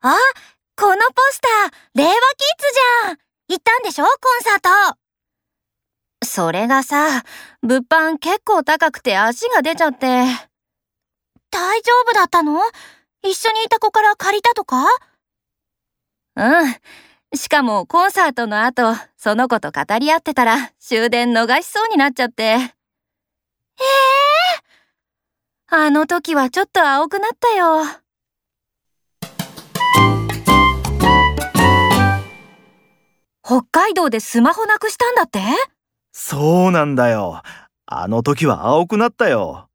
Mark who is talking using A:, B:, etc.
A: あ、このポスター、令和キッズじゃん行ったんでしょコンサートそれがさ、物販結構高くて足が出ちゃって。大丈夫だったの一緒にいた子から借りたとかうん。しかもコンサートの後、その子と語り合ってたら終電逃しそうになっちゃって。ええあの時はちょっと青くなったよ。北海道でスマホなくしたんだって
B: そうなんだよ。あの時は青くなったよ。